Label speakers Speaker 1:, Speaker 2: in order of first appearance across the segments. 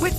Speaker 1: With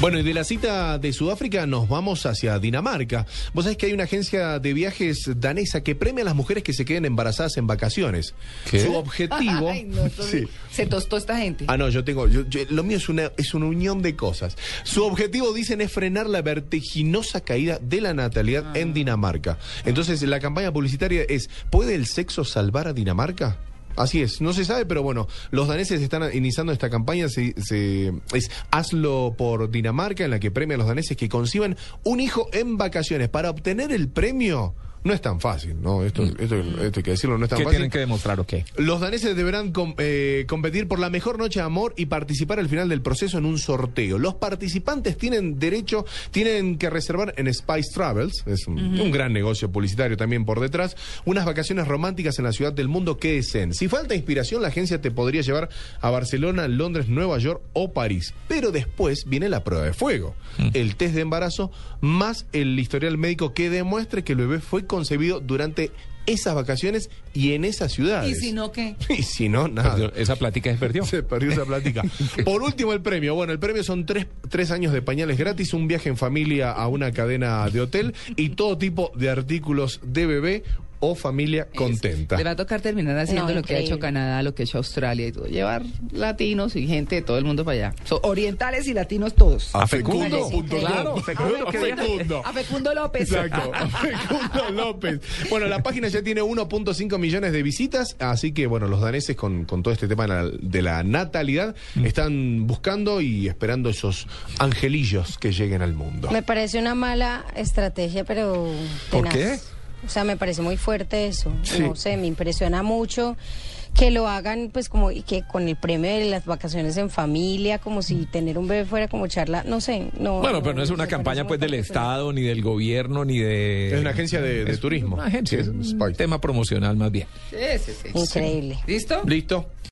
Speaker 2: Bueno, y de la cita de Sudáfrica nos vamos hacia Dinamarca. Vos sabés que hay una agencia de viajes danesa que premia a las mujeres que se queden embarazadas en vacaciones. Su objetivo.
Speaker 3: Ay, no, entonces,
Speaker 2: Sí.
Speaker 3: Se tostó esta gente.
Speaker 2: Ah, no, yo tengo. yo- yo- lo mío es una, es una unión de cosas. Su objetivo, dicen, es frenar la vertiginosa caída de la natalidad
Speaker 4: Ah.
Speaker 2: en Dinamarca. Entonces, la campaña publicitaria es: ¿puede el sexo salvar a Dinamarca? Así es, no se sabe, pero bueno, los daneses están iniciando esta campaña, se- se- es Hazlo por Dinamarca, en la que premia a los daneses que conciban un hijo en vacaciones. Para obtener el premio no es tan fácil, ¿no? Esto, esto, esto hay que decirlo, no es tan
Speaker 4: ¿Qué
Speaker 2: fácil.
Speaker 4: tienen Mm. que demostrar o qué?
Speaker 2: Los daneses deberán com- eh, competir por la mejor noche de amor y participar al final del proceso en un sorteo. Los participantes tienen derecho, tienen que reservar en Spice Travels, es un, un gran negocio publicitario también por detrás, unas vacaciones románticas en la ciudad del mundo que deseen. Si falta inspiración, la agencia te podría llevar a Barcelona, Londres, Nueva York o París. Pero después viene la prueba de fuego, el test de embarazo más el historial médico que demuestre que el bebé fue concebido durante esas vacaciones y en esas ciudades.
Speaker 3: ¿Y si no qué?
Speaker 2: Y si no, nada.
Speaker 4: Perdió- Esa plática se perdió.
Speaker 2: Se perdió esa plática. Por último, el premio. Bueno, el premio son tres, tres años de pañales gratis, un viaje en familia a una cadena de hotel y todo tipo de artículos de bebé o familia contenta.
Speaker 3: Le va a tocar terminar haciendo
Speaker 5: No,
Speaker 3: lo que ha hecho
Speaker 5: increíble.
Speaker 3: Canadá, lo que ha hecho Australia y todo. Llevar latinos y gente de todo el mundo para allá. So, orientales y latinos todos.
Speaker 2: A Fecundo. punto
Speaker 3: Claro,
Speaker 2: com.
Speaker 3: Fecundo,
Speaker 2: A
Speaker 3: que
Speaker 2: Fecundo.
Speaker 3: A Fecundo López.
Speaker 2: Exacto, Facundo López. Bueno, la página ya tiene 1.5 millones de visitas, así que bueno, los daneses con, con todo este tema de la, de la natalidad
Speaker 4: Mm.
Speaker 2: están buscando y esperando esos angelillos que lleguen al mundo.
Speaker 5: Me parece una mala estrategia, pero.
Speaker 4: ¿Por
Speaker 5: tenaz.
Speaker 4: qué?
Speaker 5: O sea, me parece muy fuerte eso.
Speaker 4: Sí.
Speaker 5: No sé, me impresiona mucho que lo hagan, pues, como y que con el premio de las vacaciones en familia, como si tener un bebé fuera como charla. No sé, no.
Speaker 4: Bueno, pero no es una
Speaker 5: me
Speaker 4: campaña
Speaker 5: parece
Speaker 4: pues
Speaker 5: muy
Speaker 4: del
Speaker 5: particular.
Speaker 4: Estado, ni del gobierno, ni de...
Speaker 2: Es una agencia de- de
Speaker 4: Es
Speaker 2: turismo.
Speaker 4: Una agencia,
Speaker 2: Sí,
Speaker 4: es un
Speaker 2: Spice.
Speaker 4: tema promocional más bien.
Speaker 3: Ah, Sí, sí, sí.
Speaker 5: Increíble.
Speaker 3: ¿Listo?
Speaker 2: ¿Listo?